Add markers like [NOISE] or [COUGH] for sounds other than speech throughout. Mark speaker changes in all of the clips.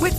Speaker 1: With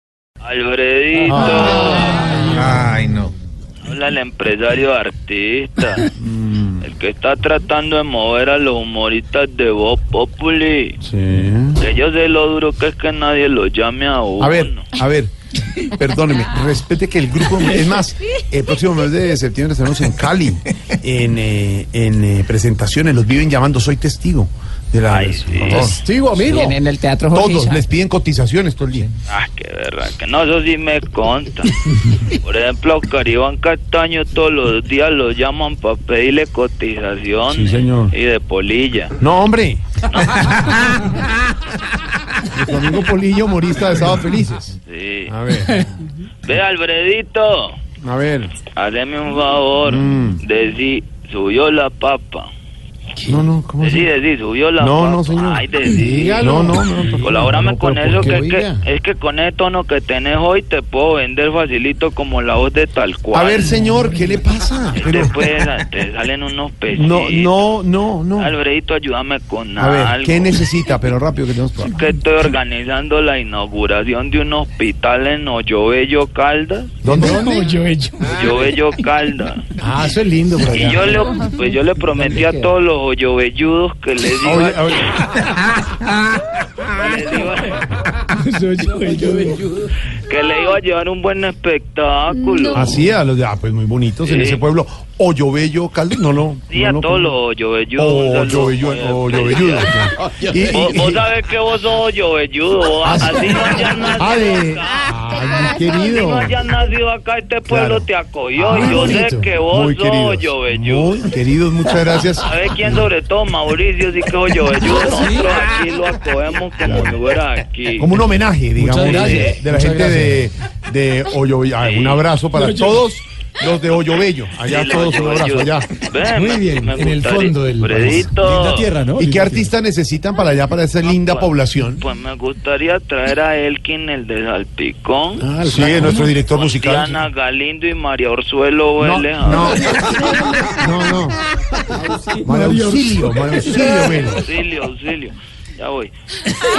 Speaker 2: Alfredito,
Speaker 3: Ay, no.
Speaker 2: habla el empresario artista,
Speaker 3: Mm.
Speaker 2: el que está tratando de mover a los humoristas de Voz Populi.
Speaker 4: Sí.
Speaker 2: Que yo sé lo duro que es que nadie lo llame a uno.
Speaker 3: A ver, a ver. Perdóneme, respete que el grupo. Es más, el próximo mes de septiembre estaremos en Cali, en, eh, en eh, presentaciones. Los viven llamando, soy testigo de la.
Speaker 2: Ay, sí.
Speaker 3: Testigo, amigo.
Speaker 5: en el teatro Jorge
Speaker 3: Todos
Speaker 5: Isaac.
Speaker 3: les piden cotizaciones todo el día.
Speaker 2: Ah, qué verdad, que no, eso sí me
Speaker 3: [LAUGHS]
Speaker 2: conta. Por ejemplo, Caribán Castaño todos los días lo llaman para pedirle cotización
Speaker 4: Sí, señor.
Speaker 2: y de polilla.
Speaker 3: No, [LAUGHS] hombre. Nuestro amigo Polillo, humorista de Sábado Felices.
Speaker 2: Sí.
Speaker 3: A ver,
Speaker 2: Ve, Alfredito,
Speaker 3: a ver.
Speaker 2: hazme un favor.
Speaker 3: Mm.
Speaker 2: Decí, subió la papa.
Speaker 3: No, no, ¿cómo
Speaker 2: Decí,
Speaker 3: así?
Speaker 2: decí, subió la
Speaker 3: No,
Speaker 2: papa.
Speaker 3: no, señor.
Speaker 2: Ay, decí.
Speaker 3: No, no, no. por favor.
Speaker 2: Colabórame
Speaker 3: No,
Speaker 2: con
Speaker 3: pero
Speaker 2: eso, que
Speaker 3: ¿por qué,
Speaker 2: es, que
Speaker 3: oiga?
Speaker 2: es que con el tono que tenés hoy te puedo vender facilito como la voz de tal cual.
Speaker 3: A ver, señor, ¿qué le pasa? Pero-
Speaker 2: Después te salen unos pesitos.
Speaker 3: [LAUGHS] no, no, no, no.
Speaker 2: Alfredito, ayúdame con
Speaker 3: A ver,
Speaker 2: algo.
Speaker 3: ¿qué necesita? Pero rápido que tenemos programa.
Speaker 2: que estoy organizando la inauguración de un hospital en Hoyobello Caldas.
Speaker 3: ¿Dónde? [LAUGHS]
Speaker 2: Hoyobello Caldas.
Speaker 3: Ah, eso es lindo por
Speaker 2: Y
Speaker 3: allá.
Speaker 2: yo le, pues yo le prometí a todos los hoyobelludos que les
Speaker 3: Ah,
Speaker 2: iba,
Speaker 3: oye, a ver,
Speaker 2: que les iba- que le iba a llevar un buen espectáculo.
Speaker 3: Así a los de, ah, pues muy bonitos en
Speaker 2: Sí.
Speaker 3: ese pueblo. Hoyobello, Caldo, no, no.
Speaker 2: Sí,
Speaker 3: no,
Speaker 2: a
Speaker 3: no, Oh,
Speaker 2: todos los hoyobelludos.
Speaker 3: Hoyobello- Hoyobelludo. Y-
Speaker 2: [LAUGHS]
Speaker 3: y-
Speaker 2: Vos, vos
Speaker 3: y-
Speaker 2: sabes que vos sos hoyobelludo. vos
Speaker 3: Ah, sí.
Speaker 2: Así no hayas
Speaker 3: Ah,
Speaker 2: nacido
Speaker 3: de-
Speaker 2: acá.
Speaker 3: Ay, mi
Speaker 2: Así no
Speaker 3: querido.
Speaker 2: hayas nacido acá, este pueblo
Speaker 3: Claro.
Speaker 2: te acogió.
Speaker 3: Muy
Speaker 2: y yo sé
Speaker 3: bonito.
Speaker 2: que vos
Speaker 3: Muy
Speaker 2: sos
Speaker 3: queridos.
Speaker 2: hoyobelludo.
Speaker 3: Muy queridos, muchas gracias.
Speaker 2: ¿Sabes quién sobre todo? Mauricio, sí que
Speaker 3: Ah,
Speaker 2: hoyobelludo. Nosotros aquí lo acogemos como si fuera aquí.
Speaker 3: Como un homenaje, digamos,
Speaker 2: gracias.
Speaker 3: de- de la gente de, de Hoyobello. Ah, Un abrazo para todos los de Hoyobello. Allá
Speaker 2: Sí, la
Speaker 3: todos un abrazo,
Speaker 2: hoyobelludo.
Speaker 3: allá.
Speaker 2: Ven, me- me gustaría- Fredito.
Speaker 3: ¿Y qué artistas necesitan para allá, para
Speaker 2: Ah,
Speaker 3: esa linda población?
Speaker 2: Pues me gustaría traer a Elkin, el de Salpicón.
Speaker 3: Sí, nuestro director Ah, musical.
Speaker 2: Diana Galindo y María Orzuelo
Speaker 3: No,
Speaker 2: Vélez.
Speaker 3: no, no, no. María Auxilio, María Auxilio, Vélez.
Speaker 2: Auxilio, auxilio. Ya voy. [LAUGHS]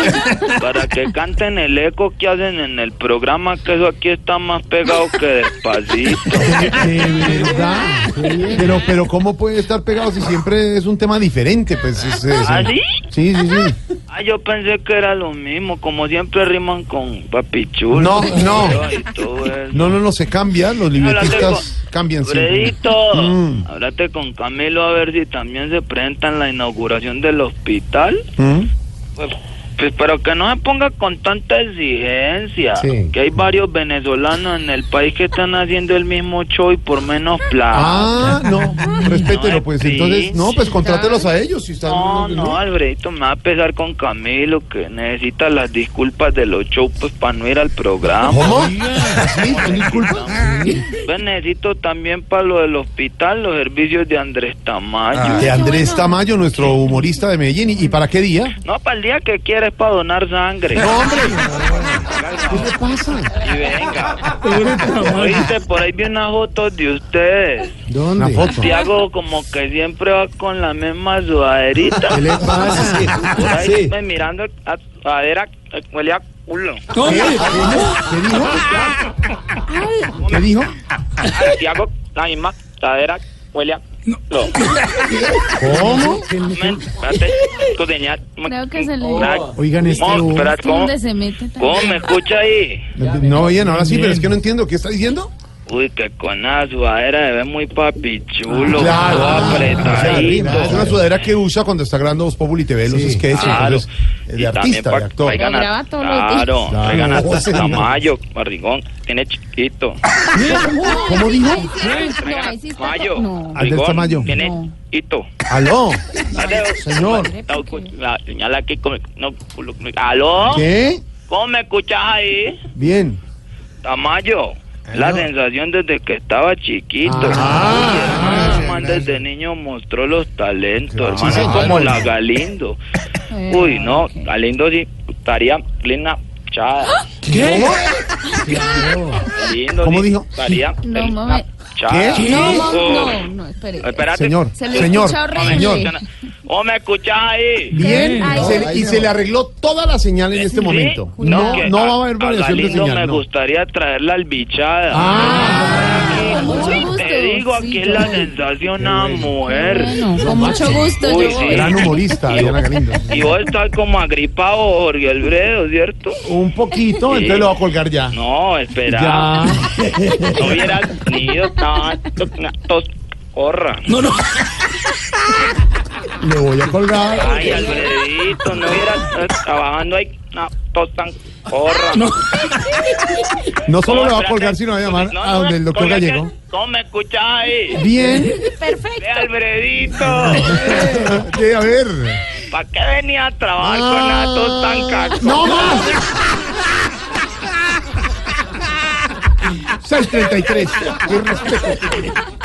Speaker 2: Para que canten el eco que hacen en el programa, que eso aquí está más pegado que
Speaker 3: [LAUGHS]
Speaker 2: despacito.
Speaker 3: De, de verdad. Pero, pero ¿cómo puede estar pegado si siempre es un tema diferente? Pues, es- es-
Speaker 2: ¿Ah, sí?
Speaker 3: sí, sí, sí.
Speaker 2: Ah, yo pensé que era lo mismo, como siempre riman con papichulo.
Speaker 3: No, no.
Speaker 2: Y todo eso.
Speaker 3: [LAUGHS] No, no, no, se cambia. Los
Speaker 2: Háblate
Speaker 3: libretistas
Speaker 2: con-
Speaker 3: cambian siempre.
Speaker 2: Fredito,
Speaker 3: Mm.
Speaker 2: háblate con Camilo a ver si también se presenta en la inauguración del hospital.
Speaker 3: ¿Mm?
Speaker 2: Pues, pues, pero que no se ponga con tanta exigencia.
Speaker 3: Sí.
Speaker 2: Que hay varios venezolanos en el país que están haciendo el mismo show y por menos plata.
Speaker 3: Ah, [LAUGHS] no, respételo, pues. Entonces, no, pues contrátelos a ellos. Si están,
Speaker 2: no, no, Alfredito, me va a pesar con Camilo que necesita las disculpas de los shows pues, para no ir al programa.
Speaker 3: ¿Cómo? ¿Sí? ¿Con disculpa?
Speaker 2: Pues, necesito también para lo del hospital los servicios de Andrés Tamayo.
Speaker 3: De Andrés Tamayo, nuestro humorista de Medellín. ¿Y y para qué día?
Speaker 2: No, para el día que quieres para donar sangre.
Speaker 3: No, hombre. ¿Qué le pasa?
Speaker 2: Y venga. Oíste, por ahí vi una foto de ustedes.
Speaker 3: ¿Dónde? Una foto.
Speaker 2: Tiago como que siempre va con la misma sudaderita.
Speaker 3: ¿Qué le pasa?
Speaker 2: [LAUGHS] Por ahí
Speaker 3: Sí.
Speaker 2: me mirando a sudadera, eh, huele a culo.
Speaker 3: ¿Qué dijo? ¿Qué dijo?
Speaker 2: A Tiago la misma sudadera, huele a culo.
Speaker 3: ¿Cómo?
Speaker 2: Men, espérate, tú tenías-
Speaker 6: Creo que se le-
Speaker 2: Crack.
Speaker 3: Oigan, este
Speaker 2: Mon,
Speaker 3: hombre.
Speaker 2: espera, ¿cómo,
Speaker 6: ¿Dónde se mete? tan-
Speaker 2: cómo me escucha ahí?
Speaker 3: No, oigan, ahora sí, pero es que no entiendo. ¿Qué está diciendo?
Speaker 2: Uy, que con la sudadera se ve muy papichulo.
Speaker 3: Ah,
Speaker 2: todo
Speaker 3: O sea,
Speaker 2: apretadito.
Speaker 3: es una sudadera que usa cuando está grabando Voz Populi TV, los sketches.
Speaker 2: Claro.
Speaker 3: entonces, es de artista, de actor.
Speaker 6: Lo
Speaker 2: Claro,
Speaker 6: graba todos los días.
Speaker 3: Claro.
Speaker 2: traigan
Speaker 3: No,
Speaker 2: a
Speaker 3: señor.
Speaker 2: Tamayo, barrigón, tiene chiquito.
Speaker 3: ¿Cómo dijo?
Speaker 6: No, ahí sí está-
Speaker 2: Tamayo,
Speaker 6: No.
Speaker 3: Al del
Speaker 2: barrigón,
Speaker 3: Tamayo.
Speaker 2: tiene
Speaker 6: No.
Speaker 2: chiquito.
Speaker 3: ¿Aló?
Speaker 2: Adiós.
Speaker 3: Señor.
Speaker 2: Está escu- la señala aquí, come- no, culo- ¿Aló?
Speaker 3: ¿Qué?
Speaker 2: ¿Cómo me escuchas ahí?
Speaker 3: Bien.
Speaker 2: Tamayo, la sensación desde que estaba chiquito.
Speaker 3: Ah,
Speaker 2: Uy,
Speaker 3: gracias,
Speaker 2: hermano,
Speaker 3: gracias.
Speaker 2: desde niño mostró los talentos,
Speaker 3: Claro.
Speaker 2: hermano,
Speaker 3: Sí,
Speaker 2: es
Speaker 3: señor. Eh,
Speaker 2: como la
Speaker 3: [LAUGHS]
Speaker 2: Galindo. Uy, no, Galindo sí, estaría plena chada.
Speaker 3: ¿Qué?
Speaker 2: Galindo
Speaker 3: ¿Cómo
Speaker 2: sí,
Speaker 3: dijo?
Speaker 2: Estaría
Speaker 6: No,
Speaker 2: plena
Speaker 6: mame.
Speaker 2: chada.
Speaker 3: ¿Qué?
Speaker 6: No,
Speaker 3: Sí.
Speaker 6: mo-
Speaker 2: Uy,
Speaker 6: no, no, espere.
Speaker 2: Espérate.
Speaker 3: Señor,
Speaker 6: Se le
Speaker 3: señor,
Speaker 6: escucha
Speaker 2: ¿O
Speaker 6: horrible.
Speaker 2: me escuchan? ¿O me escuchas ahí?
Speaker 3: Bien,
Speaker 6: Ay,
Speaker 3: se-
Speaker 6: no.
Speaker 3: y se le arregló toda la señal en este
Speaker 2: ¿Sí?
Speaker 3: momento.
Speaker 2: No,
Speaker 3: No,
Speaker 2: que
Speaker 3: no va a haber variación de
Speaker 2: Galindo me
Speaker 3: señal. no. Ah.
Speaker 2: gustaría traerla al bichada.
Speaker 6: Con mucho gusto.
Speaker 2: Te digo, aquí
Speaker 6: Sí,
Speaker 2: es la
Speaker 6: yo-
Speaker 2: sensación a mujer.
Speaker 6: Bueno, con mucho gusto.
Speaker 2: Uy,
Speaker 6: yo
Speaker 2: sí.
Speaker 6: voy.
Speaker 3: Gran humorista, Diana Galindo.
Speaker 2: Y vos estás como agripado, Jorge Alfredo, ¿cierto?
Speaker 3: Un poquito,
Speaker 2: Sí.
Speaker 3: entonces lo va a colgar ya.
Speaker 2: No, espera.
Speaker 3: Ya.
Speaker 2: No hubieras ido tanto, tantos, corra.
Speaker 3: Le voy a colgar.
Speaker 2: Ay, Alfredito, no hubieras eh, trabajando ahí, tantos, tan, corra.
Speaker 3: No solo le va a
Speaker 2: espérate.
Speaker 3: colgar, sino va a llamar
Speaker 2: No,
Speaker 3: a
Speaker 2: no,
Speaker 3: donde el doctor
Speaker 2: colga,
Speaker 3: Gallego.
Speaker 2: ¿Cómo me escuchas ahí? [LAUGHS]
Speaker 3: Bien.
Speaker 2: Ve, Alfredito.
Speaker 3: [LAUGHS] Sí, Eh, a ver.
Speaker 2: ¿Para qué venía a trabajar con Atos tan cacos?
Speaker 3: Ah, ¡No más! 633. Qué respeto.